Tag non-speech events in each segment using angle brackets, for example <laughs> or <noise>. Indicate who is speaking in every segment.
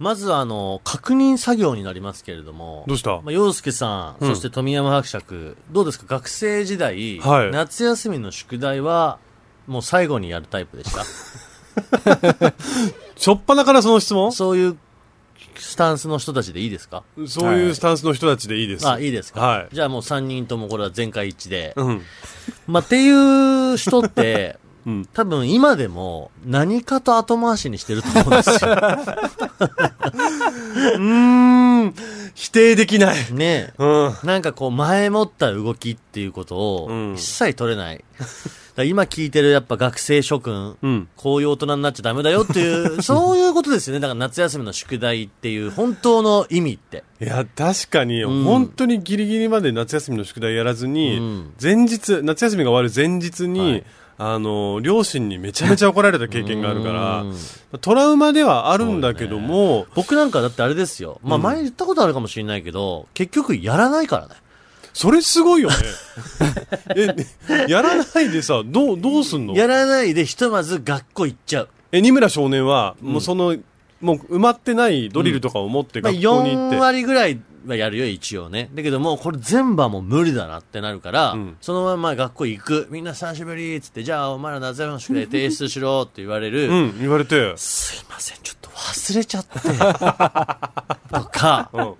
Speaker 1: まずあの、確認作業になりますけれども。
Speaker 2: どうした
Speaker 1: まあ、洋介さん、
Speaker 2: うん
Speaker 1: そして富山伯爵、どうですか学生時代、
Speaker 2: はい
Speaker 1: 夏休みの宿題は、もう最後にやるタイプで
Speaker 2: <laughs>
Speaker 1: した。
Speaker 2: しょっぱなからその質問
Speaker 1: そういうスタンスの人たちでいいですか
Speaker 2: そういうスタンスの人たちでいいです。
Speaker 1: あ、いいですか、
Speaker 2: はい
Speaker 1: じゃあもう3人ともこれは全会一致で。
Speaker 2: うん。
Speaker 1: まあ、っていう人って、
Speaker 2: <laughs> うん
Speaker 1: 多分今でも何かと後回しにしてると思うんですよ。
Speaker 2: <laughs> うーん。否定できない。
Speaker 1: ねえ
Speaker 2: うん。
Speaker 1: なんかこう前もった動きっていうこと
Speaker 2: う
Speaker 1: を
Speaker 2: ん
Speaker 1: 一切取れない。 <laughs> だから今聞いてるやっぱ学生諸君、
Speaker 2: うん。
Speaker 1: こういう大人になっちゃダメだよって
Speaker 2: <laughs>
Speaker 1: いう、そういうことですよね。だから夏休みの宿題っていう本当の意味って。
Speaker 2: いや、確かに、
Speaker 1: うん
Speaker 2: 本当にギリギリまで夏休みの宿題やらずに、
Speaker 1: うん
Speaker 2: 前日、夏休みが終わる前日に、
Speaker 1: はい
Speaker 2: あの、両親にめちゃめちゃ怒られた経験があるか
Speaker 1: うん
Speaker 2: ら、トラウマではあるんだけども、
Speaker 1: 僕なんかだってあれですよ。まあ
Speaker 2: うん
Speaker 1: 前に言ったことあるかもしれないけど、結局やらないからね。
Speaker 2: それす
Speaker 1: <laughs>
Speaker 2: ごいよね。え、やらないでさ、どう、どうすんの
Speaker 1: やらないでひとまず学校行っちゃう。
Speaker 2: え、二村少年は、もうその、もう埋まってないドリルとかを持って
Speaker 1: まあ
Speaker 2: 学校に行って。
Speaker 1: 4割ぐらいはやるよ、一応ね。だけどもうこれ全部はもう無理だなってなるから、
Speaker 2: うん
Speaker 1: そのまま学校行く。みんな久しぶりっつって、じゃあお前ら夏休みの宿題提出しろって言われる。
Speaker 2: うん、言われて。
Speaker 1: すいません、ちょっと忘れちゃって。 <laughs> とか、
Speaker 2: うん。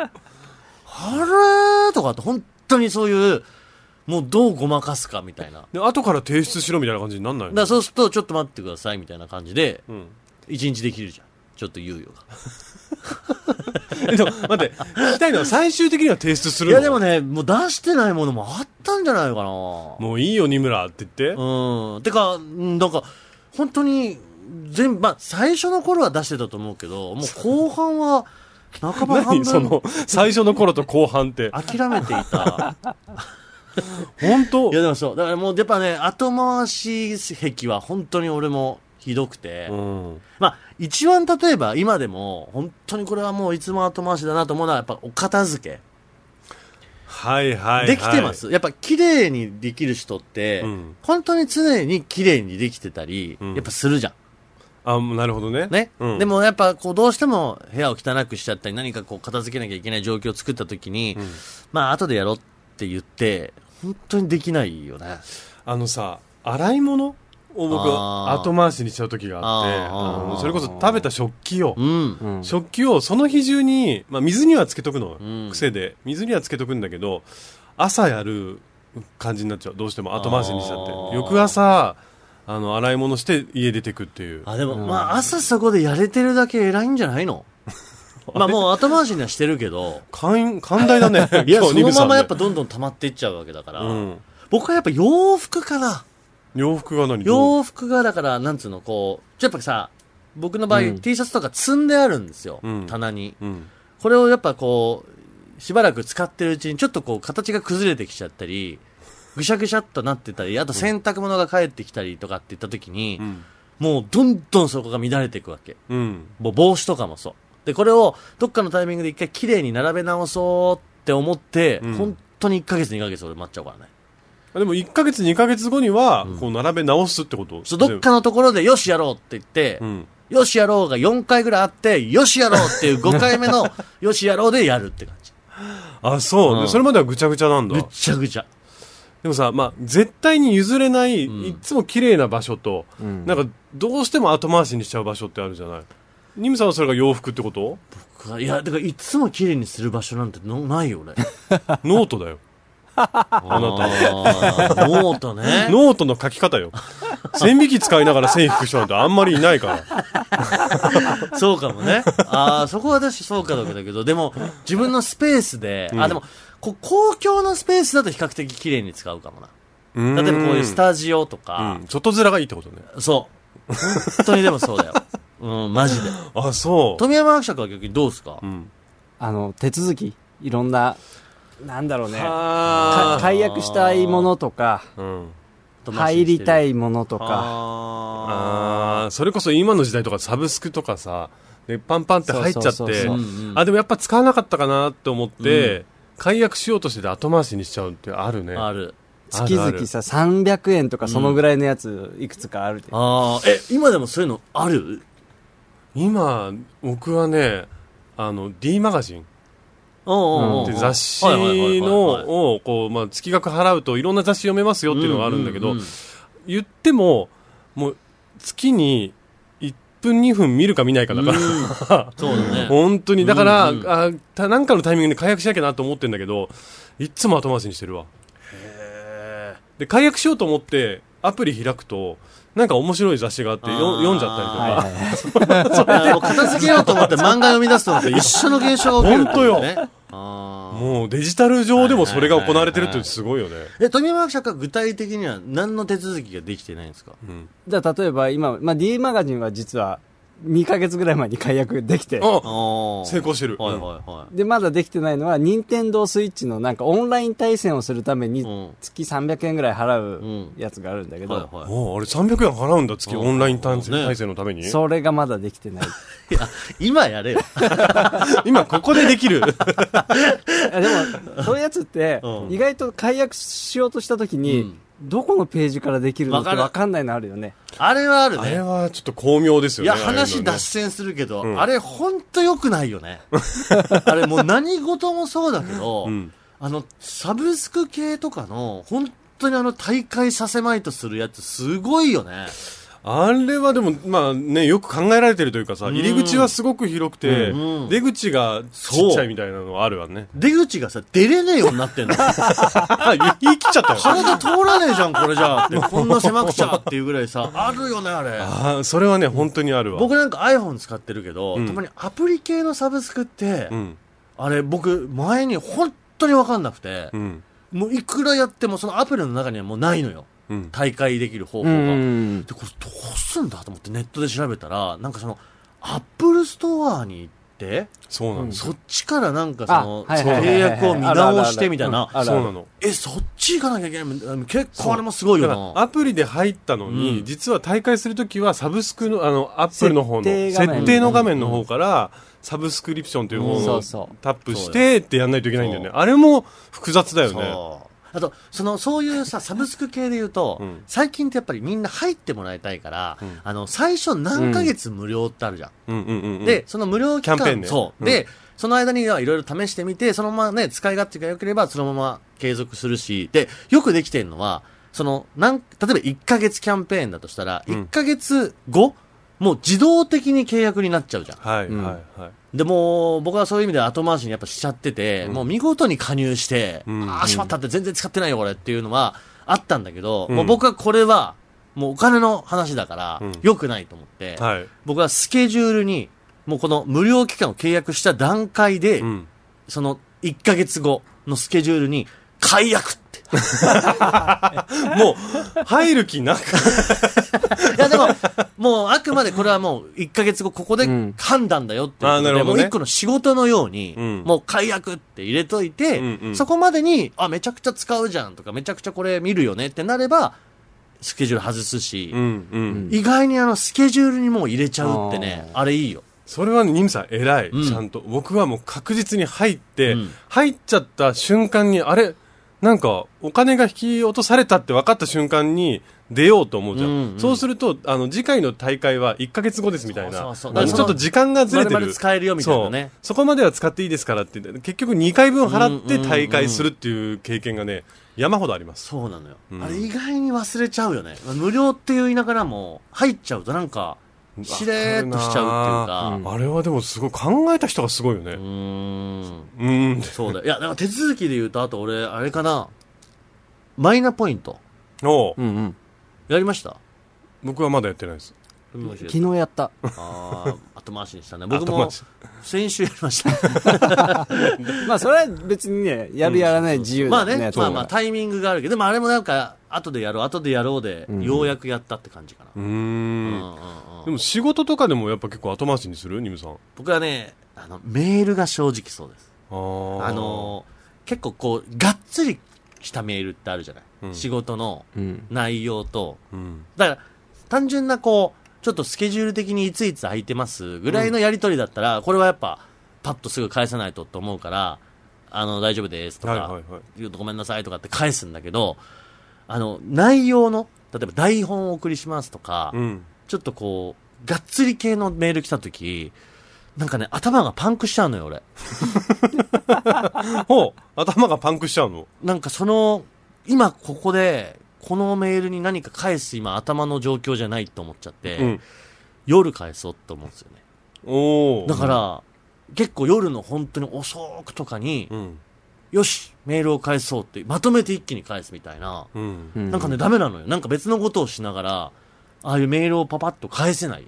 Speaker 1: あれーとかって本当にそういう、もうどうごまかすかみたいな。だか
Speaker 2: で、後から提出しろみたいな感じになんないの
Speaker 1: らそうすると、ちょっと待ってくださいみたいな感じで、
Speaker 2: うん。 <laughs>
Speaker 1: 一日できるじゃん。ちょっと猶予が。
Speaker 2: えでも待って、聞きたいのは最終的には提出す
Speaker 1: い
Speaker 2: るの
Speaker 1: やでもね、もう出してないものもあったんじゃないかな。
Speaker 2: もういいよ、二村って言って。
Speaker 1: うん。てか、うんなんか、本当に、全部、まあ、最初の頃は出してたと思うけど、もう後半は、半ば半
Speaker 2: 何そ
Speaker 1: 分、
Speaker 2: の、最初の頃と後半って。
Speaker 1: 諦めてい
Speaker 2: <laughs>
Speaker 1: た。
Speaker 2: 本当
Speaker 1: いや、でもそう。だからもう、やっぱね、後回し癖は本当に俺もひどくて、
Speaker 2: うん。
Speaker 1: まあ、一番例えば今でも、本当にこれはもういつも後回しだなと思うのは、やっぱお片付け。
Speaker 2: はいはい、はい。
Speaker 1: できてます、やっぱ綺麗にできる人って、
Speaker 2: うん
Speaker 1: 本当に常に綺麗にできてたり、
Speaker 2: うん
Speaker 1: やっぱするじゃん。
Speaker 2: あ、もうなるほどね。
Speaker 1: ね、
Speaker 2: うん、
Speaker 1: で、もやっぱこうどうしても部屋を汚くしちゃったり何かこう片付けなきゃいけない状況を作った時に、
Speaker 2: うん、
Speaker 1: まあ後でやろうって言って本当にできないよね
Speaker 2: あのさ、洗い物を僕、
Speaker 1: あー
Speaker 2: 後回しにしちゃう時があって、
Speaker 1: あー
Speaker 2: あのそれこそ食べた食器を
Speaker 1: う、ん、
Speaker 3: うん
Speaker 2: 食器をその日中に、まあ、水にはつけとくの、
Speaker 1: うん
Speaker 2: 癖で水にはつけとくんだけど朝やる感じになっちゃうどうしても後回しにしちゃって
Speaker 1: あー
Speaker 2: 翌朝あの洗い物して家出てくっていう
Speaker 1: あでも、
Speaker 3: うん
Speaker 1: まあ朝そこでやれてるだけ偉いんじゃない
Speaker 2: <laughs>
Speaker 1: のまあもう後回しにはしてるけど
Speaker 2: 寛寛大だね
Speaker 1: <laughs> いや
Speaker 2: 今
Speaker 1: そ
Speaker 2: 日ニ
Speaker 1: の
Speaker 2: ムさ
Speaker 1: ま
Speaker 2: ん
Speaker 1: ま
Speaker 2: ね
Speaker 1: やっぱどんどん溜まっていっちゃうわけだから、
Speaker 2: うん、
Speaker 1: 僕はやっぱ洋服かな
Speaker 2: 洋服が何
Speaker 1: 洋服がだからなんつうのこうちょっとやっぱさ僕の場合、
Speaker 3: うん
Speaker 1: T シャツとか積んであるんですよ、
Speaker 2: うん
Speaker 1: 棚に
Speaker 2: うん
Speaker 1: これをやっぱこう、しばらく使ってるうちにちょっとこう形が崩れてきちゃったり、ぐしゃぐしゃっとなってたり、あと洗濯物が返ってきたりとかって言った時に、
Speaker 2: うん
Speaker 1: もうどんどんそこが乱れていくわけ。
Speaker 2: うん
Speaker 1: もう帽子とかもそう。で、これをどっかのタイミングで一回綺麗に並べ直そうって思って、
Speaker 2: うん
Speaker 1: 本当に1ヶ月2ヶ月俺待っちゃうからね。
Speaker 2: でも1ヶ月2ヶ月後にはこう並べ直すってこと、
Speaker 1: そう、どっかのところでよしやろうって言って、
Speaker 2: うん
Speaker 1: よしやろうが4回ぐらいあって、よしやろうっていう5回目のよしやろうでやるって感じ。
Speaker 2: あそう、で
Speaker 1: うん
Speaker 2: それまではぐちゃぐちゃなんだ
Speaker 1: ぐっちゃぐちゃ。
Speaker 2: でもさ、まあ、絶対に譲れない、
Speaker 1: うん
Speaker 2: いつも綺麗な場所と、
Speaker 3: うん
Speaker 2: なんか、どうしても後回しにしちゃう場所ってあるじゃない。ニムさんはそれが洋服ってこと
Speaker 1: いや、だからいつも綺麗にする場所なんてのないよ、俺。
Speaker 2: ノートだよ。
Speaker 1: <laughs> あなた。ノートね。
Speaker 2: ノートの書き方よ。線引き使いながら線引く人なんてあんまりいないから。
Speaker 1: そうかもね。ああ、そこは私そうかどうかだけど、でも、自分のスペースで、あ、でも、こう公共のスペースだと比較的綺麗に使うかもな。例えばこういうス
Speaker 2: ー
Speaker 1: タジオとか、
Speaker 2: うん、ちょっとずらがいいってことね。
Speaker 1: そう。本当にでもそうだよ。うん、マジで。
Speaker 2: あ、そう。
Speaker 1: 富山伯爵は逆にどうですか、
Speaker 2: うん。
Speaker 3: あの、手続き、いろんななんだろうねか
Speaker 2: は
Speaker 3: 解約したいものとか
Speaker 2: あ、うん、
Speaker 3: 入りた
Speaker 1: い
Speaker 3: いものとか
Speaker 1: あ
Speaker 2: あーそれこそ今の時代とかサブスクとかさでパンパンって入っちゃって
Speaker 3: そうそうそ
Speaker 1: ー
Speaker 3: うそう
Speaker 1: うんうん
Speaker 2: あでもやっぱ使わなかったかなと思って、解約しようとしてて後回しにしちゃうってあるね
Speaker 1: ある
Speaker 2: あ
Speaker 3: 月
Speaker 2: るあ
Speaker 3: 々
Speaker 2: る
Speaker 3: さ300円とかそのぐらいのやついくつかあるで、
Speaker 1: ああえ今でもそういうのある
Speaker 2: 今僕はねあの D マガジン
Speaker 1: おうおうおう
Speaker 2: って雑誌
Speaker 1: はいはいはいはいはい
Speaker 2: のをこう、まあ、月額払うといろんな雑誌読めますよっていうのがあるんだけど、
Speaker 1: うう
Speaker 2: 言ってももう月に1分2分見るか見ないかだ <laughs> から、
Speaker 1: そうだね
Speaker 2: 本当にだから、
Speaker 1: うんうん
Speaker 2: あたなんかのタイミングで解約しなきゃなと思ってんだけどいっつも後回しにしてるわで解約しようと思ってアプリ開くとなんか面白い雑誌があってよ
Speaker 1: あー
Speaker 2: 読んじゃったりと
Speaker 3: はい
Speaker 2: か、
Speaker 3: はいはい
Speaker 1: あの片付けようと思って漫画読み出すのと一緒の現象が起きるってことね。あー
Speaker 2: もうデジタル上でもそれが行われてるってすごいよね、
Speaker 1: え、富山記者が具体的には何の手続きができてないんですか
Speaker 2: うん
Speaker 3: じゃあ例えば今、まあ、D マガジンは実は2ヶ月ぐらい前に解約できて
Speaker 2: あ成
Speaker 1: 成
Speaker 2: 功してる
Speaker 1: はいはいは
Speaker 3: でまだできてないのは任天堂スイッチのなんかオンライン対戦をするため
Speaker 1: い。
Speaker 3: に
Speaker 1: うん。
Speaker 3: 月300円ぐらい払
Speaker 1: うん
Speaker 3: うやつがあるんだけど、
Speaker 1: はいはい。
Speaker 2: おうあれ300円払うんだ月
Speaker 1: うん
Speaker 2: オンライン対戦
Speaker 1: ね
Speaker 2: 対戦のために
Speaker 3: それがまだできてない
Speaker 1: 今やれよ。
Speaker 2: 今ここでで
Speaker 1: <laughs>
Speaker 2: きる
Speaker 3: あでもそういうやつって
Speaker 1: うん
Speaker 3: 意外と解約しようとした時に、
Speaker 1: うん
Speaker 3: どこのページからできるのって
Speaker 1: わかる
Speaker 3: 分かんないのあるよね
Speaker 1: あれはある
Speaker 2: あれ
Speaker 1: ね。
Speaker 2: はちょっと巧妙です
Speaker 1: い
Speaker 2: よね
Speaker 1: や、
Speaker 2: ああいうのね
Speaker 1: 話脱線するけど、
Speaker 2: ん
Speaker 1: あれほんと良くないよ
Speaker 2: <laughs>
Speaker 1: ね。あれもう何事もそうだけど、
Speaker 2: うん
Speaker 1: あの、サブスク系とかの、本当にあの、大会させまいとするやつ、すごいよね。
Speaker 2: あれはでも、まあね、よく考えられてるというかさ、
Speaker 1: うん
Speaker 2: 入り口はすごく広くて
Speaker 1: うん、
Speaker 2: 出口がちっちゃいみたいなのはあるわね。
Speaker 1: 出口がさ、出れねえようになってんの。
Speaker 2: あ、 <laughs> 言い切っちゃった
Speaker 1: <laughs>
Speaker 2: よ。
Speaker 1: 体通らねえじゃん、これじ
Speaker 3: <laughs>
Speaker 1: ゃあって。こんな狭くちゃっていうぐらいさ、あるよね、あれ。
Speaker 2: ああ、それはね、本当にあるわ。
Speaker 1: 僕なんか iPhone 使ってるけど、
Speaker 2: うん
Speaker 1: たまにアプリ系のサブスクって、
Speaker 2: うん。
Speaker 1: あれ僕、前に本当にわかんなくて
Speaker 2: う、ん。
Speaker 1: もういくらやってもそのアプリの中にはもうないのよ。
Speaker 2: うん。
Speaker 1: 大会できる方法
Speaker 3: う
Speaker 1: が。
Speaker 3: ん
Speaker 1: で、これどうすんだと思ってネットで調べたら、なんかその、アップルストアに行って、
Speaker 2: そうなの。
Speaker 1: そっちからなんかその、
Speaker 3: あはいはいはいはい
Speaker 1: 契約を見直してみたいな。
Speaker 3: ある
Speaker 2: そうなの。
Speaker 1: え、そっち行かなきゃいけない。結構あれもすごい
Speaker 2: だ
Speaker 1: よ
Speaker 2: か
Speaker 1: な。
Speaker 2: ら、アプリで入ったの
Speaker 1: う
Speaker 2: に、
Speaker 1: ん
Speaker 2: 実は大会するときは、サブスクの、あの、アップルの方の、
Speaker 3: 設定画面
Speaker 2: 設定の画面の方から、サブスクリプションという方
Speaker 3: そ
Speaker 2: を
Speaker 3: うそう
Speaker 2: タップしてってやんないといけないんだよね。あれも複雑だよね。
Speaker 1: そうあとそのそういうさサブスク系で言うと、
Speaker 2: うん
Speaker 1: 最近ってやっぱりみんな入ってもらいたいから、
Speaker 2: ん
Speaker 1: あの最初何ヶ月無料ってあるじゃん、
Speaker 2: うんうんうんうん。
Speaker 1: で、その無料期間
Speaker 2: キャンペーンね
Speaker 1: そう、
Speaker 2: うん
Speaker 1: でその間にはいろいろ試してみてそのままね使い勝手が良ければそのまま継続するしでよくできてるのはそのなん例えば1ヶ月キャンペーンだとしたら
Speaker 2: うん
Speaker 1: 1ヶ月後、もう自動的に契約になっちゃうじゃん
Speaker 2: はい、
Speaker 3: うん
Speaker 2: はい、はい。
Speaker 1: でもう僕はそういう意味では後回しにやっぱしちゃってて、
Speaker 2: うん
Speaker 1: もう見事に加入して、
Speaker 2: うん
Speaker 1: ああ、しまったって全然使ってないよ、これっていうのはあったんだけど、
Speaker 2: うん
Speaker 1: もう僕はこれは、もうお金の話だから、
Speaker 2: うん
Speaker 1: 良くないと思って、
Speaker 2: はい。
Speaker 1: 僕はスケジュールに、もうこの無料期間を契約した段階で、
Speaker 2: うん。
Speaker 1: その1ヶ月後のスケジュールに、解約
Speaker 2: <laughs>
Speaker 1: って。
Speaker 2: もう、入る気なく、
Speaker 1: いやでも、もうあくまでこれはもう1ヶ月後ここで
Speaker 3: うん
Speaker 1: 判断だよっていうことで、
Speaker 2: あーなるほどね
Speaker 1: もう一個の仕事のように、
Speaker 2: うん
Speaker 1: もう解約って入れといて、
Speaker 2: うんうん
Speaker 1: そこまでに、あ、めちゃくちゃ使うじゃんとか、めちゃくちゃこれ見るよねってなれば、スケジュール外すし、
Speaker 2: うんうん。
Speaker 1: 意外にあのスケジュールにもう入れちゃうってね、あれいいよ。
Speaker 2: それはね、ニムさん偉い、
Speaker 1: うん
Speaker 2: ちゃんと。僕はもう確実に入って、
Speaker 1: うん
Speaker 2: 入っちゃった瞬間に、あれなんか、お金が引き落とされたって分かった瞬間に、出ようと思うじゃん,、
Speaker 1: うんうん
Speaker 2: そうすると、あの、次回の大会は1ヶ月後ですみたいな。
Speaker 1: そうそうそう
Speaker 2: あの
Speaker 1: だからその
Speaker 2: ちょっと時間がずれてる。
Speaker 1: 丸々使えるよみたいなね
Speaker 2: そう。そこまでは使っていいですからって言って、結局2回分払って大会するっていう経験がね、山ほどあります。
Speaker 1: そうなのよ、
Speaker 2: うん
Speaker 1: あれ意外に忘れちゃうよね。無料っていう田舎からも、入っちゃうとなんか、しれーっとしちゃうっていうか、
Speaker 2: わるなああれはでもすごい、考えた人がすごいよね。
Speaker 1: うーん。
Speaker 2: うん。
Speaker 1: そうだ。いや、だから手続きで言うと、あと俺、あれかな。マイナポイント。
Speaker 2: おう
Speaker 3: うんうん
Speaker 1: やりました
Speaker 2: 僕はまだやってないです。
Speaker 3: 昨日やった
Speaker 1: あー <laughs> 後回しにしたね。僕
Speaker 2: 後
Speaker 1: も
Speaker 2: 回し、
Speaker 1: 先週やりました。
Speaker 3: まあそれは別にねやるやらない自由
Speaker 1: まあ
Speaker 3: だね,、
Speaker 1: ね、まあまあ
Speaker 3: た
Speaker 1: タイミングがあるけど、でもあれもなんか、後でやろう、後でやろうで、
Speaker 3: ん
Speaker 1: ようやくやったって感じかな。
Speaker 2: うー
Speaker 1: うんう
Speaker 2: ん。
Speaker 1: んうん
Speaker 2: でも仕事とかでもやっぱ結構後回しにするニムさん。あ
Speaker 1: 僕はね、あの、メールが正直そうです。あのー、結構こう、がっつりしたメールってあるじゃない、
Speaker 2: うん
Speaker 1: 仕事の
Speaker 3: うん。
Speaker 1: 内容と、
Speaker 2: うん。
Speaker 1: だから、単純なこう、ちょっとスケジュール的にいついつ空いてますぐらいのやりとりだったら、これはやっぱ、パッとすぐ返さないとと思うから、あの、大丈夫ですとか、
Speaker 2: はいはいはい。
Speaker 1: 言うとごめんなさいとかって返すんだけど、あの、内容の、例えば台本をお送りしますとか、
Speaker 2: うん。
Speaker 1: ちょっとこう、がっつり系のメール来た時、なんかね、頭がパンクしちゃうのよ、俺。
Speaker 2: ほう、頭がパンクしちゃうの。
Speaker 1: なんかその、今ここで、このメールに何か返す今頭の状況じゃないと思っちゃって、
Speaker 2: うん。
Speaker 1: 夜返そうと思うんですよね。
Speaker 2: おお。
Speaker 1: だから、結構夜の本当に遅くとかに、
Speaker 2: うん。
Speaker 1: よし、メールを返そうって、まとめて一気に返すみたいな。
Speaker 2: うん。
Speaker 3: う
Speaker 1: なんかね、、ダメなのよ。なんか別のことをしながら、ああいうメールをパパッと返せない。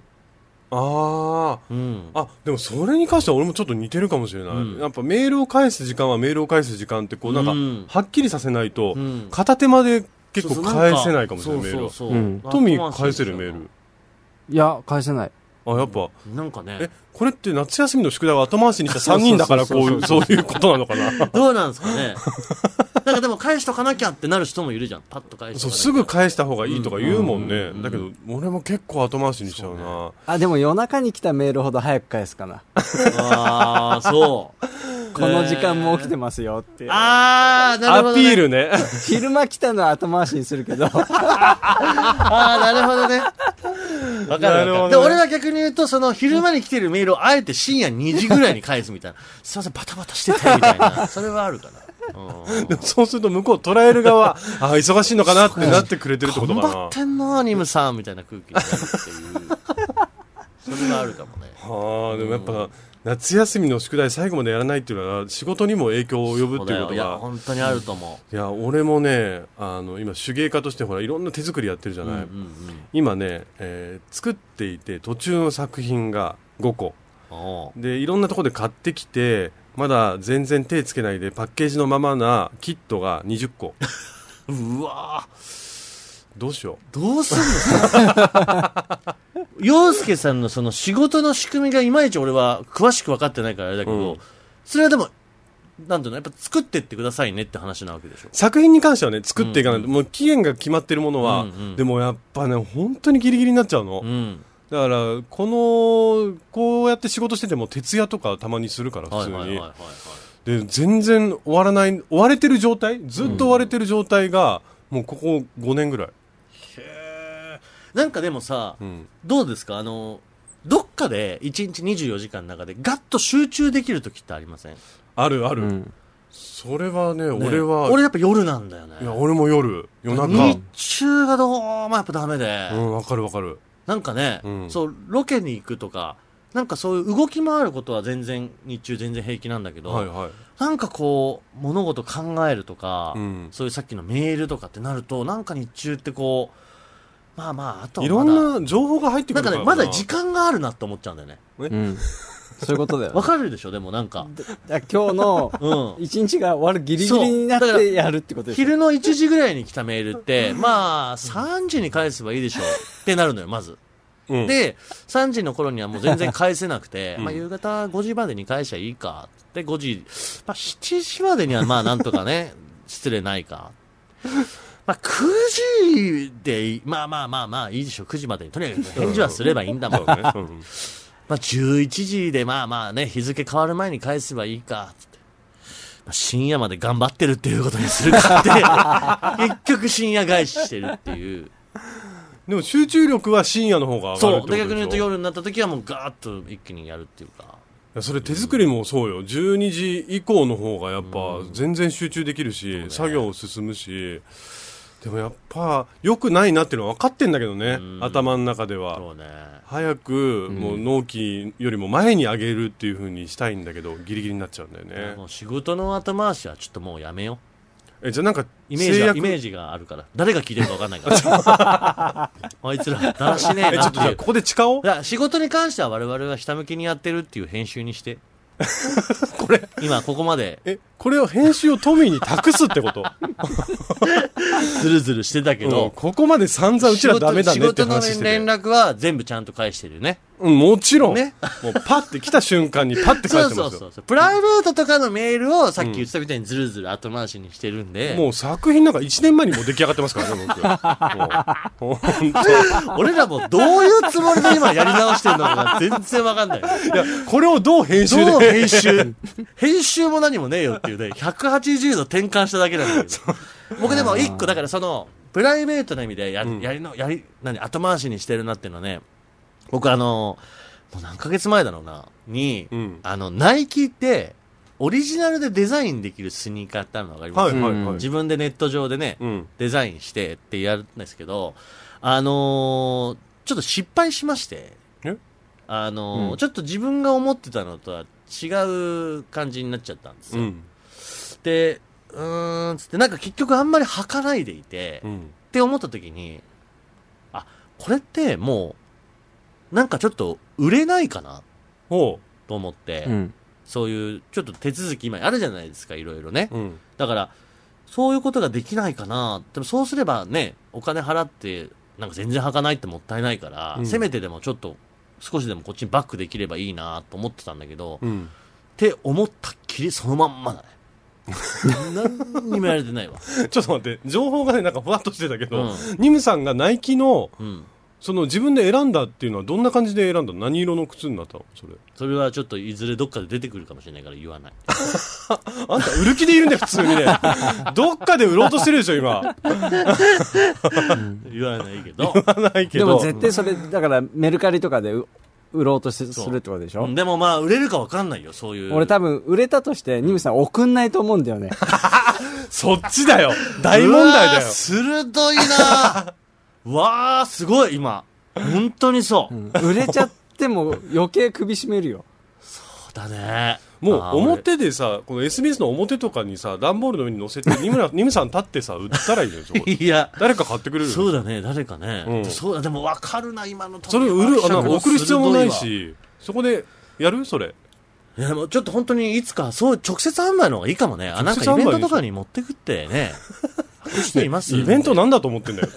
Speaker 2: あ
Speaker 1: うん。
Speaker 2: あ。あ、でもそれに関しては俺もちょっと似てるかもしれない。
Speaker 1: うん
Speaker 2: やっぱメールを返す時間はメールを返す時間ってこうなんか、
Speaker 1: うん
Speaker 2: はっきりさせないと、
Speaker 1: うん
Speaker 2: 片手まで結構返せないかもしれない、メールは。
Speaker 1: そうそう
Speaker 3: メール
Speaker 1: そう
Speaker 3: はうん
Speaker 1: そう
Speaker 2: トミー返せるメール。。
Speaker 3: いや、返せない。
Speaker 2: あ、やっぱ、
Speaker 1: なんかね
Speaker 2: え、、これって夏休みの宿題を後回
Speaker 1: <laughs>
Speaker 2: しにした3人だからこういう、そういうことなのかな。
Speaker 1: どうなんですか
Speaker 2: <laughs>
Speaker 1: ね。なんかでも返しとかなきゃってなる人もいるじゃん。パッと返しと
Speaker 2: そ
Speaker 1: か
Speaker 2: う、
Speaker 1: なきゃ。
Speaker 2: すぐ返した方がいいとか言うもんね
Speaker 1: うん。
Speaker 2: だけど、俺も結構後回しにしちゃうな。
Speaker 3: あ、でも夜中に来たメールほど早く返すかな。
Speaker 1: ああ、そう。
Speaker 3: この時間も起きてますよって。
Speaker 1: ああ、なるほ
Speaker 2: ア
Speaker 1: ど、
Speaker 2: ピ
Speaker 1: ね。
Speaker 2: ールね。
Speaker 3: 昼間来たのは後回しにするけど。
Speaker 1: ああ、なるほどね。わかるわ
Speaker 2: なる
Speaker 1: かる。
Speaker 2: ほどね
Speaker 1: で、俺は逆に言うと、その昼間に来てるメールをあえて深夜2時ぐらいに返すみたいな。すいません、バタバタしてたよみたいな。それはあるかな。うん。
Speaker 2: でも <laughs> そうすると向こう捉える
Speaker 1: <laughs>
Speaker 2: 側、あー忙しいのかなってなってくれてるってこと
Speaker 1: 頑張
Speaker 2: か
Speaker 1: っ
Speaker 2: な。
Speaker 1: てんな、ニムさんみたいな空気になるっていう。それがあるかもね。
Speaker 2: はあ、でもやっぱ、夏休みの宿題最後までやらないっていうのは、仕事にも影響を及ぶっていう
Speaker 1: そ
Speaker 2: こ
Speaker 1: だよ
Speaker 2: と
Speaker 1: や、
Speaker 2: が。
Speaker 1: 本当にあると思
Speaker 2: いや、俺もね、あの、今手芸家としてほら、いろんな手作りやってるじゃ
Speaker 1: う。うんう
Speaker 2: ない。
Speaker 1: ん
Speaker 2: 今ね、えー作っていて途中の作品が5個。
Speaker 1: うん。おう
Speaker 2: でいろんなところで買ってきてまだ全然手つけないでパッケージのままなキットが20個
Speaker 1: うわぁ
Speaker 2: どうしよ
Speaker 1: どうすんのそれ <laughs> 洋介さんのその仕事の仕組みがいまいち俺は詳しく分かってないからあれだけど、
Speaker 2: うん
Speaker 1: それはでも、なんていうの、やっぱ作ってってくださいねって話なわけでしょ。
Speaker 2: う作品に関してはね作っていかないと、もう期限が決まってるものは、
Speaker 1: うんうん
Speaker 2: でもやっぱね本当にギリギリになっちゃうの、
Speaker 1: うん。
Speaker 2: だからこのこうやって仕事してても徹夜とかたまにするから普
Speaker 1: は
Speaker 2: 通
Speaker 1: い
Speaker 2: に、
Speaker 1: はいはいはい、はい。
Speaker 2: で全然終わらない終われてる状態ずっと終われてる状態が、もうここ5年ぐらい、
Speaker 1: なんかでもさ、
Speaker 2: うん、
Speaker 1: どうですかあの、どっかで1日24時間の中でガッと集中できる時ってありません
Speaker 2: あるある、
Speaker 3: うん
Speaker 2: それはね
Speaker 1: ね
Speaker 2: 俺は
Speaker 1: 俺やっぱ夜なんだよね
Speaker 2: いや俺も夜夜中、
Speaker 1: 日中がどうもやっぱダメで、
Speaker 2: うん、わかるわかる。
Speaker 1: なんかね、
Speaker 2: うん
Speaker 1: そうロケに行くとかなんかそういう動き回ることは全然日中全然平気なんだけど、
Speaker 2: はいはい。
Speaker 1: なんかこう物事考えるとか、
Speaker 2: うん
Speaker 1: そういうさっきのメールとかってなるとなんか日中ってこうまあまああとはい
Speaker 2: ろ
Speaker 1: まだ
Speaker 2: んな情報が入ってく
Speaker 1: な
Speaker 2: る
Speaker 1: ん
Speaker 2: か
Speaker 1: からねまだ時間があるなって思っちゃうんだよね
Speaker 3: うん。そういうことだよね、
Speaker 1: わかるでしょでもなんか
Speaker 3: だから今日の
Speaker 1: うん
Speaker 3: 一日が終わるギリギリになっ
Speaker 1: そうだから
Speaker 3: てやるってことでしょ。
Speaker 1: 昼の1時ぐらいに来たメールって、まあ、3時に返せばいいでしょうってなるのよ、まず。
Speaker 2: うん
Speaker 1: で、3時の頃にはもう全然返せなくて、まあ夕方5時までに返しゃいいか、で5時、まあ7時までにはまあなんとかね、 <laughs> 失礼ないか。まあ9時でいい、まあまあまあまあいいでしょう、9時までに。とにかく返事はすればいいんだもん。ま
Speaker 2: ね。うん
Speaker 1: あ11時でまあまあね、日付変わる前に返せばいいか、つって。まあ深夜まで頑張ってるっていうことにするかって、結局深夜返ししてるっていう。
Speaker 2: でも集中力は深夜の方が上がる
Speaker 1: そ
Speaker 2: っ
Speaker 1: う。
Speaker 2: てこと
Speaker 1: で
Speaker 2: でしょ
Speaker 1: 逆に言うと夜になった時はもうガーッと一気にやるっていうか。
Speaker 2: いやそれ手作りもそうよ。12時以降の方がやっぱ全然集中できるし、作業進むし。でもやっぱ良くないなっていうのは分かってんだけどね。頭の中では。
Speaker 1: そうね。
Speaker 2: 早くもう納期よりも前に上げるっていう風にしたいんだけど、ギリギリになっちゃうんだよね
Speaker 1: も。う仕事の後回しはちょっともうやめよう。
Speaker 2: え、じゃあなんか
Speaker 1: イメージ
Speaker 2: 制
Speaker 1: が、
Speaker 2: 約
Speaker 1: イメージがあるから。誰が聞いてるか分かんないから。
Speaker 2: <laughs>
Speaker 1: あいつら、だらしねえ
Speaker 2: え、ち
Speaker 1: な
Speaker 2: ょ
Speaker 1: っい
Speaker 2: ってとじゃあ
Speaker 1: う。
Speaker 2: ここで誓おう
Speaker 1: だ。から仕事に関しては我々は下向きにやってるっていう編集にして。
Speaker 2: <laughs> これ。
Speaker 1: 今ここまで
Speaker 2: え、これを編集をトミーに託すってこと
Speaker 1: ズルズルしてたけ
Speaker 2: うん
Speaker 1: ど、
Speaker 2: ここまで散々うちらダメだねっ
Speaker 1: 仕
Speaker 2: て
Speaker 1: 事
Speaker 2: 話し
Speaker 1: 仕
Speaker 2: て
Speaker 1: 事の連
Speaker 2: る。
Speaker 1: 絡は全部ちゃんと返してるよね。
Speaker 2: うん、もちろん。
Speaker 1: ね
Speaker 2: もうパッて来た瞬間にパッて返
Speaker 1: そう
Speaker 2: して
Speaker 1: そ
Speaker 2: ま
Speaker 1: う
Speaker 2: すよ
Speaker 1: そ。うそう。プライベートとかのメールをさっき言ってたみたいにずるずる後回しにしてるんで、
Speaker 2: もう作品なんか1年前にもう出来上がってますからね、
Speaker 1: <laughs>
Speaker 2: 僕。もう本当
Speaker 1: 俺らもどういうつもりで今やり直してるのかが全然わかんない。
Speaker 2: いや、これをどう編集
Speaker 1: どう
Speaker 2: で。
Speaker 1: 編集 <laughs> 編集も何もねえよっていうね、180度転換しただけなんだけど。僕でも一個、だからその、プライベートな意味でや,、
Speaker 2: ん
Speaker 1: やりの、やり、何、後回しにしてるなっていうのはね、僕あの、もう何ヶ月前だろうな、に、
Speaker 2: うん
Speaker 1: あの、ナイキって、オリジナルでデザインできるスニーカーってあるのわかります、
Speaker 2: はいはいはい。
Speaker 1: 自分でネット上でね、
Speaker 2: うん。
Speaker 1: デザインしてってやるんですけど、あのーちょっと失敗しまして
Speaker 2: え、
Speaker 1: あのー
Speaker 3: うん
Speaker 1: ちょっと自分が思ってたのとは違う感じになっちゃったんです
Speaker 2: う
Speaker 1: よ。
Speaker 2: ん。
Speaker 1: で、うーん、つってなんか結局あんまり履かないでいて、
Speaker 2: う
Speaker 1: っ
Speaker 2: ん。
Speaker 1: て思った時に、あ、これってもう、なんかちょっと売れないかな
Speaker 2: ほ
Speaker 1: と思って、
Speaker 3: うん。
Speaker 1: そういう、ちょっと手続き今あるじゃないですか、いろいろね。
Speaker 2: う。うん。
Speaker 1: だから、そういうことができないかな。でもそうすればね、お金払って、なんか全然履かないってもったいないから、
Speaker 2: うん
Speaker 1: せめてでもちょっと、少しでもこっちにバックできればいいなと思ってたんだけど、っ
Speaker 2: うん。
Speaker 1: て思ったっきりそのまん
Speaker 2: <laughs>
Speaker 1: まだね。何にもやれてないわ。
Speaker 2: ちょっと待って、情報がね、なんかふわっとしてたけ
Speaker 1: う
Speaker 2: ど
Speaker 1: ん、
Speaker 2: ニムさんがナイキの、
Speaker 1: うん。
Speaker 2: その自分で選んだっていうのはどんな感じで選んだの何色の靴になったのそれ。
Speaker 1: それはちょっといずれどっかで出てくるかもしれないから言わない。
Speaker 2: あんた売る気でいるんだよ、普通に
Speaker 1: <laughs>
Speaker 2: ね。どっかで売ろうとしてるでしょ、今。
Speaker 1: 言わないけ
Speaker 2: <laughs>
Speaker 1: ど。
Speaker 2: ないけ
Speaker 3: で
Speaker 2: ど。
Speaker 3: も絶対それ、だからメルカリとかでう売ろうとしてす
Speaker 1: そう
Speaker 3: るってことでし
Speaker 1: う
Speaker 3: ょ
Speaker 1: んでもまあ、売れるかわかんないよ、そういう。
Speaker 3: 俺多分売れたとして、ニムさん送んないと思うんだよね。
Speaker 2: そっちだよ。大問題だ
Speaker 1: うわー。
Speaker 2: よ
Speaker 1: 鋭い
Speaker 2: <laughs>
Speaker 1: なーわあ、すごい、今。本当にそう。
Speaker 3: 売れちゃっても余計首絞めるよ。
Speaker 1: だね。
Speaker 2: もう
Speaker 1: あー
Speaker 2: 表でさ、この SBS の表とかにさ、段ボールの上に乗せ
Speaker 1: <laughs>
Speaker 2: て、ニムラニムさん立ってさ、売ったらいいのよ、そこ
Speaker 1: 俺いや、
Speaker 2: 誰か買ってくれる
Speaker 1: そう
Speaker 2: よ。
Speaker 1: だね、誰かね。
Speaker 2: うん
Speaker 1: そうだ、でも分かるな、今の時
Speaker 2: それ売る、あの、送る必要もない。
Speaker 1: 鋭い
Speaker 2: し、そこで、やるそれ。
Speaker 1: わいや、もうちょっと本当にいつか、そう、直接販売の方がいいかもね。あ、なんかイベントとかに持ってくってね。隠しています、
Speaker 2: イベントなんだと思ってんだよ。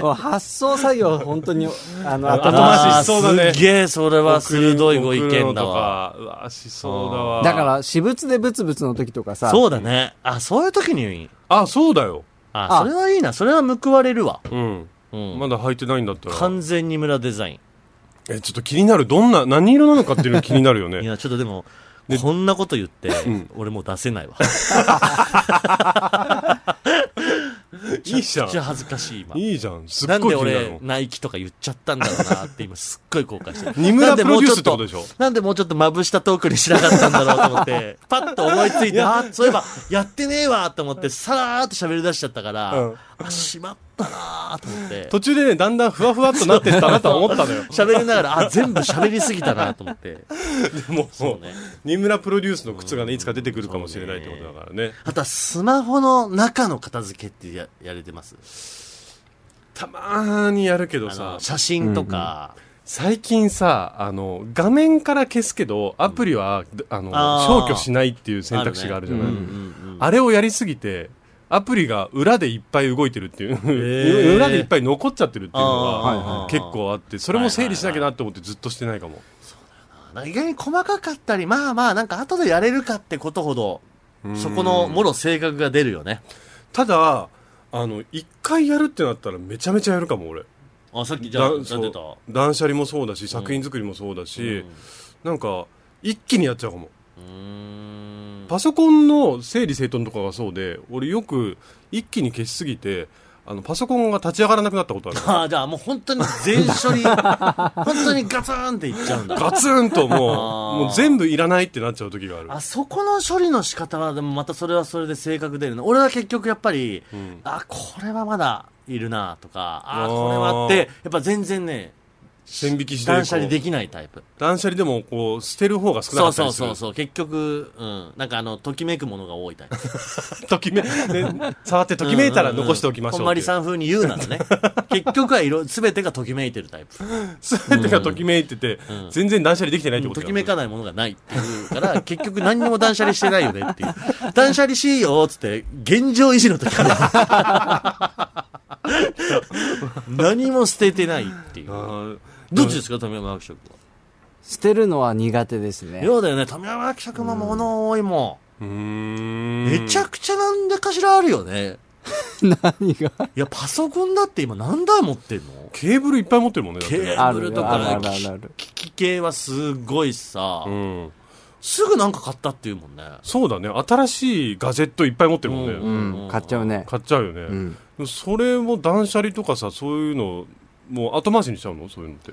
Speaker 3: もう発送作業、本当に、あの、
Speaker 2: 後
Speaker 3: 後
Speaker 2: 回
Speaker 3: 回
Speaker 2: し
Speaker 3: し。
Speaker 1: あー
Speaker 2: しそうだね
Speaker 1: すげえ、それは鋭いご意見だわ。
Speaker 2: わ。うわ、しそうだわ。
Speaker 3: だか、ら、私物でブツブツの時とかさ、
Speaker 1: そうだね。あ、そういう時に、
Speaker 2: あ、そうだよ。
Speaker 1: あ、そ
Speaker 3: あ
Speaker 1: れはいいな。それは報われるわ。
Speaker 2: うん。
Speaker 1: うん。
Speaker 2: まだ履いてないんだったら。
Speaker 1: 完全に村デザイ
Speaker 2: え、ちょっと気になる。どんな、何色なのかっていうの気になるよ
Speaker 1: ン。い
Speaker 2: ね。
Speaker 1: や、ちょっとでも、こんなこと言って、俺もう出せ <laughs> ないわ。
Speaker 2: いいじゃ
Speaker 1: めっちゃ
Speaker 2: ん。
Speaker 1: 恥ずかしい今。
Speaker 2: いいじゃん。すっ
Speaker 1: なん
Speaker 2: ごい
Speaker 1: で
Speaker 2: 気になる
Speaker 1: 俺、
Speaker 2: の。
Speaker 1: ナイキとか言っちゃったんだろうなって今すっごい後悔してる。
Speaker 2: <laughs> 二村プロデュースって
Speaker 1: なん
Speaker 2: こと
Speaker 1: もう
Speaker 2: で
Speaker 1: ち
Speaker 2: し
Speaker 1: ょ
Speaker 2: ょ
Speaker 1: っなんでもうちょっとまぶしたトークにしなかったんだろうと思って、パッと思いついて、あ、そういえばやってねえわと思って、さらーっと喋り出しちゃったから、
Speaker 2: うん
Speaker 1: あ、しまったなーと思って、。
Speaker 2: 途中でね、だんだんふわふわっとなってったなとは思ったのよ
Speaker 1: <laughs> 喋りながら、あ、全部喋りすぎたなと思って。
Speaker 2: <laughs> も
Speaker 1: そう
Speaker 2: う
Speaker 1: ね。
Speaker 2: 新村プロデュースの靴がね、いつか出てくるかもしれないってことだからね。
Speaker 1: あとはスマホの中の片付けってややれてます
Speaker 2: たまーにやるけど
Speaker 1: あ
Speaker 2: さ
Speaker 1: の、写真とか、
Speaker 2: 最近さ、あの、画面から消すけど、アプリは、あの、
Speaker 1: あー
Speaker 2: 消去しないっていう選択肢があるじゃない、
Speaker 3: あるね
Speaker 1: うんうん
Speaker 2: あれをやりすぎて、アプリが裏でいっぱい動いてるっていう、
Speaker 1: ー
Speaker 2: 裏でいっぱい残っちゃってるっていうの
Speaker 1: あーはい
Speaker 2: が
Speaker 1: はい
Speaker 2: 結構あって、それも整理しなきゃなって思ってずっとしてないかも。
Speaker 1: なんか意外に細かかったり、まあまあ、なんか後でやれるかってことほど、そこのもろ性格が出るよね。
Speaker 2: ただ、あの、一回やるってなったらめちゃめちゃやるかも、俺。
Speaker 1: あ、さっき
Speaker 2: だそう断捨離もそうだし、作品作りもそうだし、なんか、一気にやっちゃうかも。
Speaker 1: うん。。
Speaker 2: パソコンの整理整頓とかがそうで、俺よく一気に消しすぎて、あの、パソコンが立ち上がらなくなったことある
Speaker 1: <laughs> ああ、じゃあもう本当に全処
Speaker 2: <laughs>
Speaker 1: 理、本当にガツンっていっちゃうんだ。
Speaker 2: ガツンと
Speaker 1: あ
Speaker 2: も
Speaker 1: ー
Speaker 2: う、もう全部いらないってなっちゃう時がある。
Speaker 1: あそこの処理の仕方は、でもまたそれはそれで性格出るな。俺は結局やっぱり、
Speaker 2: うん
Speaker 1: あ、これはまだいるなとか、あ、
Speaker 2: あー
Speaker 1: これはって、やっぱ全然ね、
Speaker 2: 線引きして
Speaker 1: 断捨離で
Speaker 2: こ
Speaker 1: きないタイプ。
Speaker 2: う断捨離でも、こう、捨てる方が
Speaker 1: そ
Speaker 2: 少なか
Speaker 1: う
Speaker 2: った
Speaker 1: そ
Speaker 2: り
Speaker 1: う
Speaker 2: する。
Speaker 1: そうそう。結局、うん。なんかあの、ときめくものが多いタイプ。
Speaker 2: ときめ、ね触ってときめいたら残しておきましょうっていう。
Speaker 1: こんまりさん風に言うなら
Speaker 2: <laughs>
Speaker 1: ね。結局はいろ、すべてがときめいてるタイプ。
Speaker 2: 全てがときめいてて、全然断捨離できてないってこと
Speaker 1: とき
Speaker 2: だ
Speaker 1: めかないものがないっていうから、結局何にも断捨離してないよねっていう。断捨離しいよっつって、現状維持の時から。
Speaker 2: <laughs>
Speaker 1: 何も捨ててないっていう。
Speaker 2: あー
Speaker 1: どっちですか、富山伯爵は。
Speaker 3: 捨てるのは苦手ですね。
Speaker 1: ようだよね、富山伯爵も物多いも。
Speaker 2: うんん
Speaker 1: めちゃくちゃなんだかしらあるよね。
Speaker 3: 何が
Speaker 1: いや、パソコンだって今何台持ってんの
Speaker 2: ケーブルいっぱい持ってるもんねだってね
Speaker 1: ケー
Speaker 3: あ
Speaker 1: ブ
Speaker 3: る
Speaker 1: ルと
Speaker 3: よあるあ
Speaker 1: か
Speaker 3: るあるある。
Speaker 1: 機器系はすごいさ、
Speaker 2: うん
Speaker 1: すぐなんか買ったっていうもんね。
Speaker 2: そうだね新しいガジェットいっぱい持ってるもんね、
Speaker 3: うん、買っちゃうね。
Speaker 2: 買っちゃうよね、
Speaker 3: うん。
Speaker 2: それも断捨離とかさそういうのもう後回しにしちゃうのそういうのって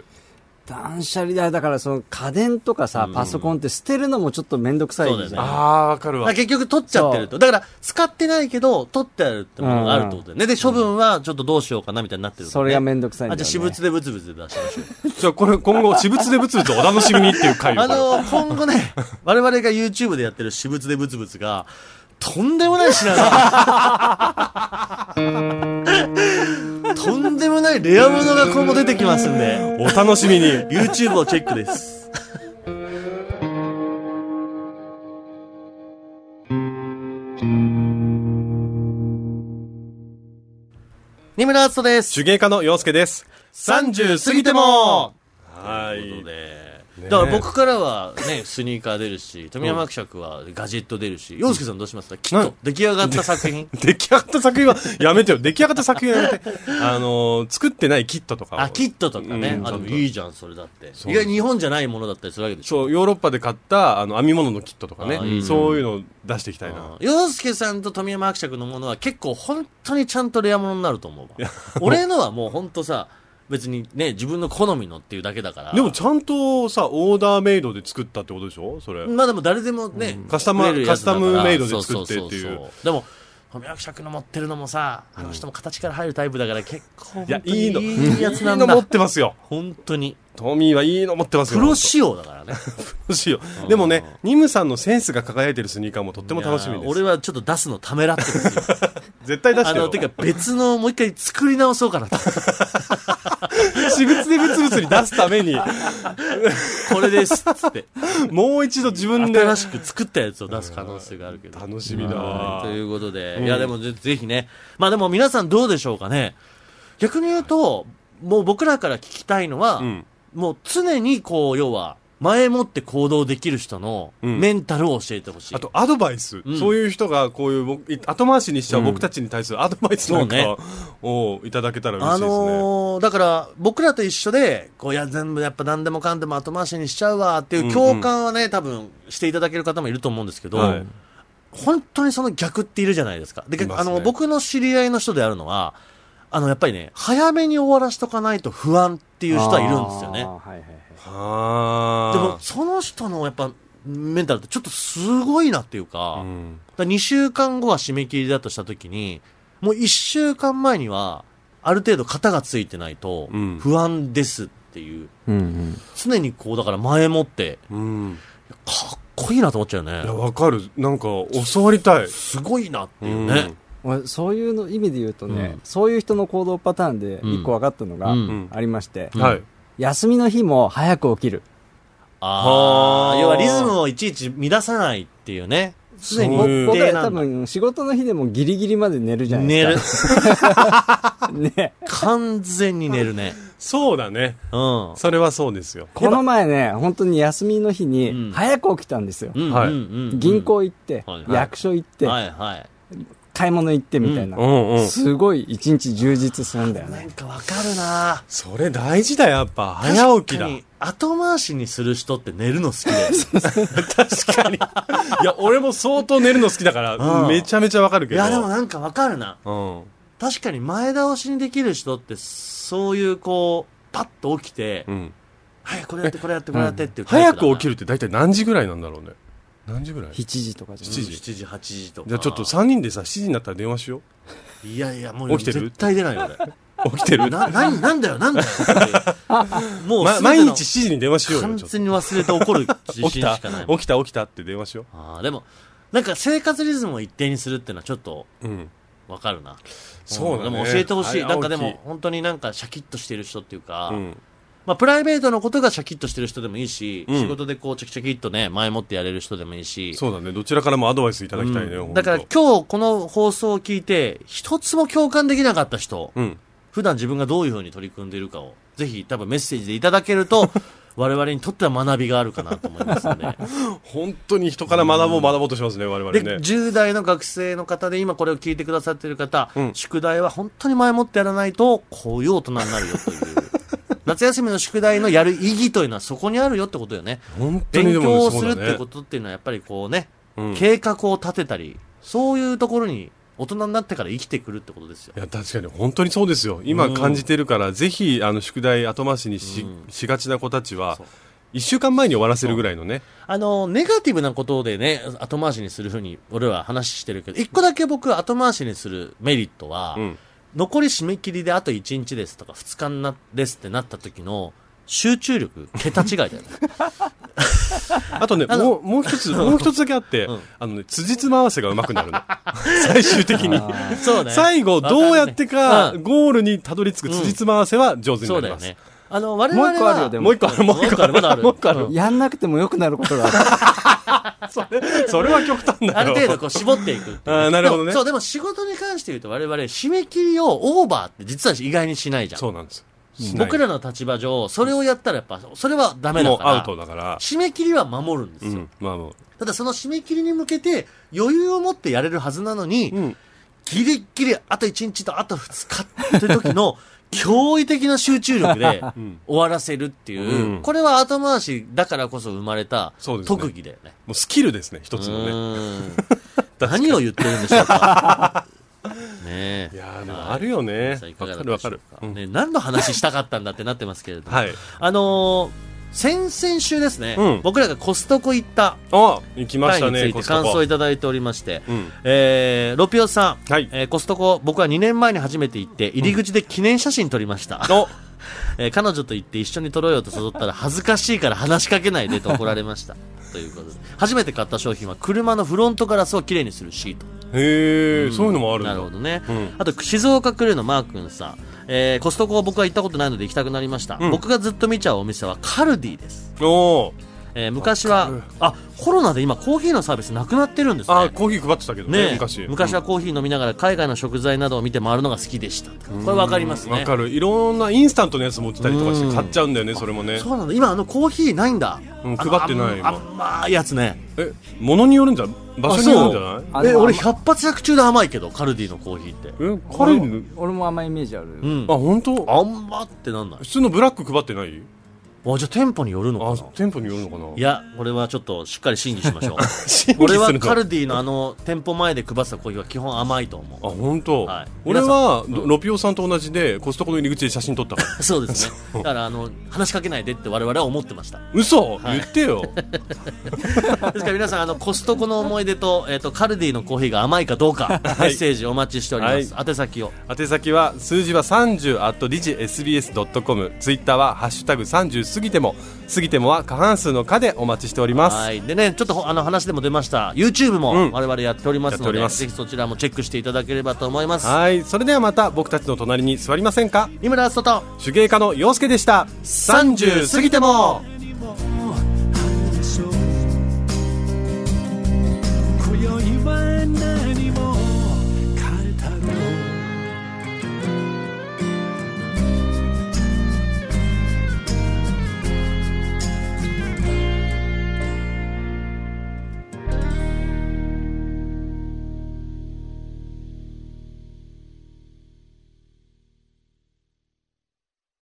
Speaker 3: 断捨離だ、だからその家電とかさ、パソコンって捨てるのもちょっとめんどくさいじゃん。
Speaker 1: そうだよね
Speaker 2: ああわかる
Speaker 1: だから
Speaker 2: わ
Speaker 1: 結局取っちゃってると。だから使ってないけど、取ってあるってものがあるってことだよね。で、処分はちょっとどうしようかなみたいになってる、ね。
Speaker 3: それがめんどくさいんだ
Speaker 1: あ、
Speaker 3: よ、
Speaker 1: じ
Speaker 3: ね。
Speaker 1: ゃあ私物でブツブツで出し
Speaker 3: <laughs>
Speaker 1: ましょう。
Speaker 2: じゃあこれ
Speaker 1: <laughs>
Speaker 2: 今後私物でぶつぶつお楽しみにっていう回よ
Speaker 1: あ
Speaker 2: これ
Speaker 1: の、今後ね、我々が YouTube でやってる私物でブツブツが、とんでもない品が。
Speaker 3: <laughs>
Speaker 1: とんでもないレア物が今後出てきますんで、
Speaker 2: お楽し
Speaker 1: <laughs>
Speaker 2: みに
Speaker 1: YouTube をチェックです。二村敦人です。
Speaker 2: 手芸家の洋介です
Speaker 1: 30過ぎても
Speaker 2: は
Speaker 1: というこ
Speaker 2: い
Speaker 1: とで、
Speaker 2: ね
Speaker 1: だから僕からはね、スニーカー出るし、富山伯爵はガジェット出るし、洋介さんどうしますかきっ
Speaker 2: な
Speaker 1: と出来上がった作
Speaker 2: <laughs>
Speaker 1: 品。
Speaker 2: 出来上がった作品はやめてよ出来上がった作品はやめてあのー作ってないキットとかを
Speaker 1: あ、キットとかね
Speaker 2: う。ん
Speaker 1: あ、でもいいじゃん、それだって。
Speaker 2: そう
Speaker 1: 意外に日本じゃないものだったりするわけでしょ。
Speaker 2: そうヨーロッパで買ったあの編み物のキットとかね
Speaker 1: あーいいね
Speaker 2: そういうのを出していきたいな
Speaker 1: 洋介さんと富山伯爵のものは結構本当にちゃんとレアものになると思うわ。俺のはもう本当さ、別にね、自分の好みのっていうだけだから。
Speaker 2: でもちゃんとさオーダーメイドで作ったってことでしょそれ
Speaker 1: まあでも誰でもね、
Speaker 2: カスタム
Speaker 1: 作れるやつだから
Speaker 2: カスタムメイドで作ってっていう
Speaker 1: そそそそでも、富山伯爵の持ってるのもさ、あの人も形から入るタイプだから結構、
Speaker 2: いや
Speaker 1: 本当に
Speaker 2: いいの
Speaker 1: いいやつなん
Speaker 2: いいの持
Speaker 1: だ
Speaker 2: っ。てますよ
Speaker 1: 本当に。
Speaker 2: トミーはいいの持ってますよ
Speaker 1: プロ仕様だからね。
Speaker 2: プロ仕様でもねニムさんのセンスが輝いてるスニーカーもとっても楽し
Speaker 1: い
Speaker 2: みで
Speaker 1: や
Speaker 2: す
Speaker 1: 俺はちょっと出すのためらってるんですよ。
Speaker 2: 絶対出し
Speaker 1: あ
Speaker 2: てよ
Speaker 1: の、てか別のもう一回作り直そうかなと。
Speaker 2: 私物でブツブツに出すために
Speaker 1: <laughs> これです。つって。
Speaker 2: もう一度自分で
Speaker 1: 新しく作ったやつを出す可能性があるけど。
Speaker 2: 楽しみだ
Speaker 1: はい
Speaker 2: わ
Speaker 1: ということで、いやでもぜぜひね、まあでも皆さんどうでしょうかね。逆に言うと、もう僕らから聞きたいのは、
Speaker 2: うん
Speaker 1: もう常にこう、要は、前もって行動できる人の
Speaker 2: うん
Speaker 1: メンタルを教えてほしい。
Speaker 2: あとアドバイス、
Speaker 1: ん
Speaker 2: そういう人がこういう僕い後回しにしちゃう僕たちに対するアドバイスなん
Speaker 1: そうね
Speaker 2: かをいただけたら嬉し
Speaker 1: あ
Speaker 2: いですね、
Speaker 1: のーだから、僕らと一緒で、こう、いや、全部やっぱ何でもかんでも後回しにしちゃうわっていう共感はね、多分していただける方もいると思うんですけど、
Speaker 2: はい
Speaker 1: 本当にその逆っているじゃないですか。で、
Speaker 2: いますね
Speaker 1: あの、僕の知り合いの人であるのは、あの、やっぱりね、早めに終わらしとかないと不安っていう人はいるんですよね
Speaker 3: あー。はいはいはい。
Speaker 2: は
Speaker 1: で
Speaker 2: ー
Speaker 1: も、その人のやっぱ、メンタルってちょっとすごいなっていうか、
Speaker 2: うん
Speaker 1: だ2週間後は締め切りだとしたときに、もう1週間前には、ある程度型がついてないと
Speaker 2: うん、
Speaker 1: 不安ですっていう、
Speaker 3: うんうん。
Speaker 1: 常にこう、だから前もって、
Speaker 2: うん、
Speaker 1: かっこいいなと思っちゃうよ
Speaker 2: いや
Speaker 1: ね。
Speaker 2: わかるなんか教わりたい、
Speaker 1: すごいなっていう
Speaker 2: う
Speaker 1: ね
Speaker 2: ん。
Speaker 3: 俺そういうの意味で言うとね、
Speaker 1: うん
Speaker 3: そういう人の行動パターンで一個分かったのが
Speaker 1: うん
Speaker 2: うん
Speaker 3: ありまして、
Speaker 1: うん
Speaker 2: はい
Speaker 3: 休みの日も早く起きる
Speaker 1: あ
Speaker 2: は
Speaker 1: あ、
Speaker 2: ー
Speaker 1: 要はリズムをいちいち乱さないっていうね。常に
Speaker 2: そういう
Speaker 1: 一
Speaker 3: 僕
Speaker 1: 定
Speaker 3: は
Speaker 1: な
Speaker 3: 多
Speaker 1: んだ。
Speaker 3: 分仕事の日でもギリギリまで寝るじゃない
Speaker 1: 寝る
Speaker 3: で。すか寝る <laughs> ね
Speaker 1: 完全に寝る
Speaker 2: <laughs>
Speaker 1: ね。
Speaker 2: そうだね
Speaker 1: うん。
Speaker 2: それはそうですよ
Speaker 3: この前ね本当に休みの日
Speaker 1: うん
Speaker 3: に早く起きたんですよ、
Speaker 1: うん
Speaker 2: はい
Speaker 1: うんうんうん
Speaker 3: 銀行行って、
Speaker 1: はいはい
Speaker 3: 役所行って、
Speaker 1: はいはい。
Speaker 3: 買い物行ってみたいな、
Speaker 2: うんうん
Speaker 3: すごい一日充実するんだよ
Speaker 1: な
Speaker 3: ね
Speaker 1: んかわかるな
Speaker 2: それ大事だやっぱ早起き
Speaker 1: 確
Speaker 2: だ
Speaker 1: かに後回しにする人って寝るの好き
Speaker 2: <laughs>
Speaker 1: だよね。
Speaker 2: 確かに。いや、俺も相当寝るの好きだから、
Speaker 1: うん
Speaker 2: めちゃめちゃわかる
Speaker 1: い
Speaker 2: けど。
Speaker 1: や、でもなんかわかるな。
Speaker 2: うん。
Speaker 1: 確かに前倒しにできる人って、そういうこう、パッと起きて、
Speaker 2: うん。
Speaker 1: はい、これやって、これやって、これやってっていう
Speaker 2: 早く起き
Speaker 1: る。
Speaker 2: るって大体何時ぐらいなんだろうね。何時ぐらい
Speaker 3: 7時とかじゃない
Speaker 1: 7
Speaker 2: 7
Speaker 1: 時、
Speaker 2: 時
Speaker 1: 7時、8時とか。
Speaker 2: じゃあちょっと3人でさ、7時になったら電話しよ
Speaker 1: いやいや、もう
Speaker 2: 起きてる
Speaker 1: 絶対出ないよ、俺。
Speaker 2: う。 <laughs> 起きてる
Speaker 1: な、な、なんだよ、なんだよ。 <laughs> もう、
Speaker 2: ま毎日7時に電話しようよ、
Speaker 1: 完
Speaker 2: ちょっと
Speaker 1: 全に忘れて怒る自
Speaker 2: 起き
Speaker 1: 信
Speaker 2: た
Speaker 1: しかない。
Speaker 2: 起きた起きたって電話しよ
Speaker 1: あーでも、なんか生活リズムを一定にするっていうのはちょっと
Speaker 2: う。うん。
Speaker 1: わかるな。
Speaker 2: そうだね
Speaker 1: んでも教えてほしい。
Speaker 2: 早起き
Speaker 1: なんかでも、本当になんかシャキッとしてる人っていうか、
Speaker 2: うん。
Speaker 1: まあプライベートのことがシャキッとしてる人でもいいし、
Speaker 2: うん
Speaker 1: 仕事でこうチャキチャキっとね、前もってやれる人でもいいし、
Speaker 2: そうだね。どちらからもアドバイスいただきたいね、
Speaker 1: うん
Speaker 2: ほんと
Speaker 1: だから今日この放送を聞いて、一つも共感できなかった人、
Speaker 2: うん。
Speaker 1: 普段自分がどういうふうに取り組んでいるかを、ぜひ多分メッセージでいただける
Speaker 2: <laughs>
Speaker 1: と、我々にとっては学びがあるかなと思いますので。
Speaker 2: 本当に人から学ぼう学ぼうとしますね、我々
Speaker 1: で、
Speaker 2: ね。
Speaker 1: 10代の学生の方で今これを聞いてくださっている方、
Speaker 2: ん
Speaker 1: 宿題は本当に前もってやらないと、こういう大人になるよ
Speaker 2: <laughs>
Speaker 1: という。夏休みの宿題のやる意義というのはそこにあるよってことよね。
Speaker 2: 本当に
Speaker 1: 勉
Speaker 2: で
Speaker 1: 強
Speaker 2: も
Speaker 1: を
Speaker 2: そ
Speaker 1: す
Speaker 2: う
Speaker 1: る
Speaker 2: だ
Speaker 1: っ
Speaker 2: ね
Speaker 1: てことっていうのはやっぱりこうね、
Speaker 2: うん
Speaker 1: 計画を立てたり、そういうところに大人になってから生きてくるってことですよ
Speaker 2: い。や確かに本当にそうですよ今感じてるから、ぜひあの宿題後回しにし,、しがちな子たちは
Speaker 1: そう
Speaker 2: 1週間前に終わらせるぐらいのね
Speaker 1: あの、ネガティブなことでね、後回しにするふうに俺は話してるけど、一個だけ僕後回しにするメリットは、
Speaker 2: うん
Speaker 1: 残り締め切りであと1日ですとか2日になですってなった時の集中力、桁違いだ
Speaker 2: <laughs>
Speaker 1: よね。
Speaker 2: あとね
Speaker 1: あの
Speaker 2: もうも
Speaker 1: <laughs>
Speaker 2: う一つもう一つだけあって、
Speaker 1: うん
Speaker 2: あのね辻褄合わせがうまく
Speaker 1: <laughs>
Speaker 2: なるの最終的に、
Speaker 1: そうね。
Speaker 2: 最後どうやって
Speaker 1: わか
Speaker 2: か
Speaker 1: るね
Speaker 2: ゴールにたどり着く辻褄合わせは上
Speaker 1: う
Speaker 2: 手
Speaker 1: ん
Speaker 2: に
Speaker 1: そ
Speaker 2: な
Speaker 1: うだ
Speaker 2: り
Speaker 1: よ
Speaker 2: ます、
Speaker 1: ね。あの、我々
Speaker 3: もう一個ある
Speaker 1: は
Speaker 3: よ、で
Speaker 2: もう一個あるもう一個ある
Speaker 1: まだある。
Speaker 2: もう一個ある
Speaker 1: うん
Speaker 3: やんなくても良くなることがある。
Speaker 2: それは極端だよ
Speaker 1: ある程度こう絞っていくっていう
Speaker 2: あーなるほどね
Speaker 1: でもそう、でも仕事に関して言うと我々、締め切りをオーバーって実は意外にしないじゃん。
Speaker 2: そうなんですしない
Speaker 1: 僕らの立場上、それをやったらやっぱ、それはダメ
Speaker 2: も
Speaker 1: だ
Speaker 2: う
Speaker 1: から。
Speaker 2: アウトだから、
Speaker 1: 締め切りは守るんです
Speaker 2: う
Speaker 1: よ。
Speaker 2: ん、まあもう
Speaker 1: ただその締め切りに向けて余裕を持ってやれるはずなのに、
Speaker 2: ん
Speaker 1: ギリッギリあと1日とあと2日って時
Speaker 2: <laughs>
Speaker 1: の驚異的な集中力で終わらせるっていう、
Speaker 2: うん
Speaker 1: これは後回しだからこそ生まれた
Speaker 2: そうですね
Speaker 1: 特技だよね。
Speaker 2: もうスキルですね一つのね
Speaker 1: う
Speaker 2: <laughs>
Speaker 1: ーん何を言ってるんでしょうか。ねえ。
Speaker 2: いやーでもあるよね
Speaker 1: さあいか
Speaker 2: わ
Speaker 1: が
Speaker 2: か
Speaker 1: だっ
Speaker 2: る
Speaker 1: た
Speaker 2: わ
Speaker 1: でし
Speaker 2: か
Speaker 1: ょうか
Speaker 2: る、うん
Speaker 1: ね、何の話したかったんだってなってますけれども、
Speaker 2: はい
Speaker 1: あのー先々週ですね、
Speaker 2: うん
Speaker 1: 僕らがコストコ行った
Speaker 2: あ行きま
Speaker 1: 回
Speaker 2: した
Speaker 1: につ
Speaker 2: ね
Speaker 1: い
Speaker 2: コ
Speaker 1: て
Speaker 2: スト
Speaker 1: 感
Speaker 2: コ
Speaker 1: 想いただいておりまして、
Speaker 2: うん
Speaker 1: えーロピオさん、
Speaker 2: はい
Speaker 1: えーコストコ僕は2年前に初めて行って入り口で記念写真撮りました、
Speaker 2: の
Speaker 1: えー彼女と行って一緒に撮ろうよと誘ったら恥ずかしいから話しかけないでと怒られました <laughs> ということで初めて買った商品は車のフロントガラスをきれいにするシート
Speaker 2: へえ、そういうのもあるんだ
Speaker 1: なるほどね、
Speaker 2: うん
Speaker 1: あと静岡クルーのマー君さん、えーコストコ僕は行ったことないので行きたくなりました、
Speaker 2: ん
Speaker 1: 僕がずっと見ちゃうお店はカルディです、
Speaker 2: おー
Speaker 1: えー昔は
Speaker 2: わかる
Speaker 1: あコロナで今コーヒーのサービスなくなってるんですね
Speaker 2: あコーヒー配ってたけど
Speaker 1: ね
Speaker 2: ね
Speaker 1: え
Speaker 2: 昔
Speaker 1: はコーヒー飲みながら海外の食材などを見て回るのが好きでしたこれわかります
Speaker 2: うんわ
Speaker 1: ね
Speaker 2: かるいろんなインスタントのやつ持ってたりとか
Speaker 1: う
Speaker 2: して
Speaker 1: ん
Speaker 2: 買っちゃうんだよねそれもね
Speaker 1: そうなんだ今あのコーヒーないんだ、
Speaker 2: うん
Speaker 1: あの
Speaker 2: 配ってない
Speaker 1: あん甘いやつね
Speaker 2: え物によるんじゃ場所によるんじゃない
Speaker 3: あ
Speaker 1: <laughs> え
Speaker 3: の
Speaker 1: 俺百発百中で甘いけどカルディのコーヒーって
Speaker 2: え彼に
Speaker 3: 俺もあんまイメージある。
Speaker 1: うん
Speaker 2: あ本当
Speaker 1: あんまってなんない
Speaker 2: 普通のブラック配ってない
Speaker 1: あじゃあ店舗によるの
Speaker 2: あ
Speaker 1: かな
Speaker 2: 店舗によるのかない
Speaker 1: やこれはちょっとしっかり審議しましょう
Speaker 2: <laughs> 審議す
Speaker 1: 俺は
Speaker 2: るの
Speaker 1: カルディのあの店舗前で配ってたコーヒーは基本甘いと思う
Speaker 2: あ本当、
Speaker 1: はい
Speaker 2: 俺はロロピオさんと同じでコストコの入り口で写真撮ったから
Speaker 1: そうですねだからあの話しかけないでって我々は思ってました
Speaker 2: 嘘、言ってよ
Speaker 1: ですから皆さんあのコストコの思い出と,、えー、とカルディのコーヒーが甘いかどうかメッセージお待ちしております、宛先を
Speaker 2: 宛先は数字は30 at digisbs.com ツイッターは「ハッシュタグ #30 過ぎても」過ぎてもは過半数の「か」でお待ちしております
Speaker 1: はいでねちょっとほあの話でも出ました YouTube
Speaker 2: うん
Speaker 1: も我々やっております
Speaker 2: やっ
Speaker 1: の
Speaker 2: てお
Speaker 1: で、
Speaker 2: ります
Speaker 1: ぜひそちらもチェックしていただければと思います
Speaker 2: はいそれではまた僕たちの隣に座りませんか
Speaker 1: 井村敦人と
Speaker 2: 手芸家の陽介でした
Speaker 1: 30過ぎても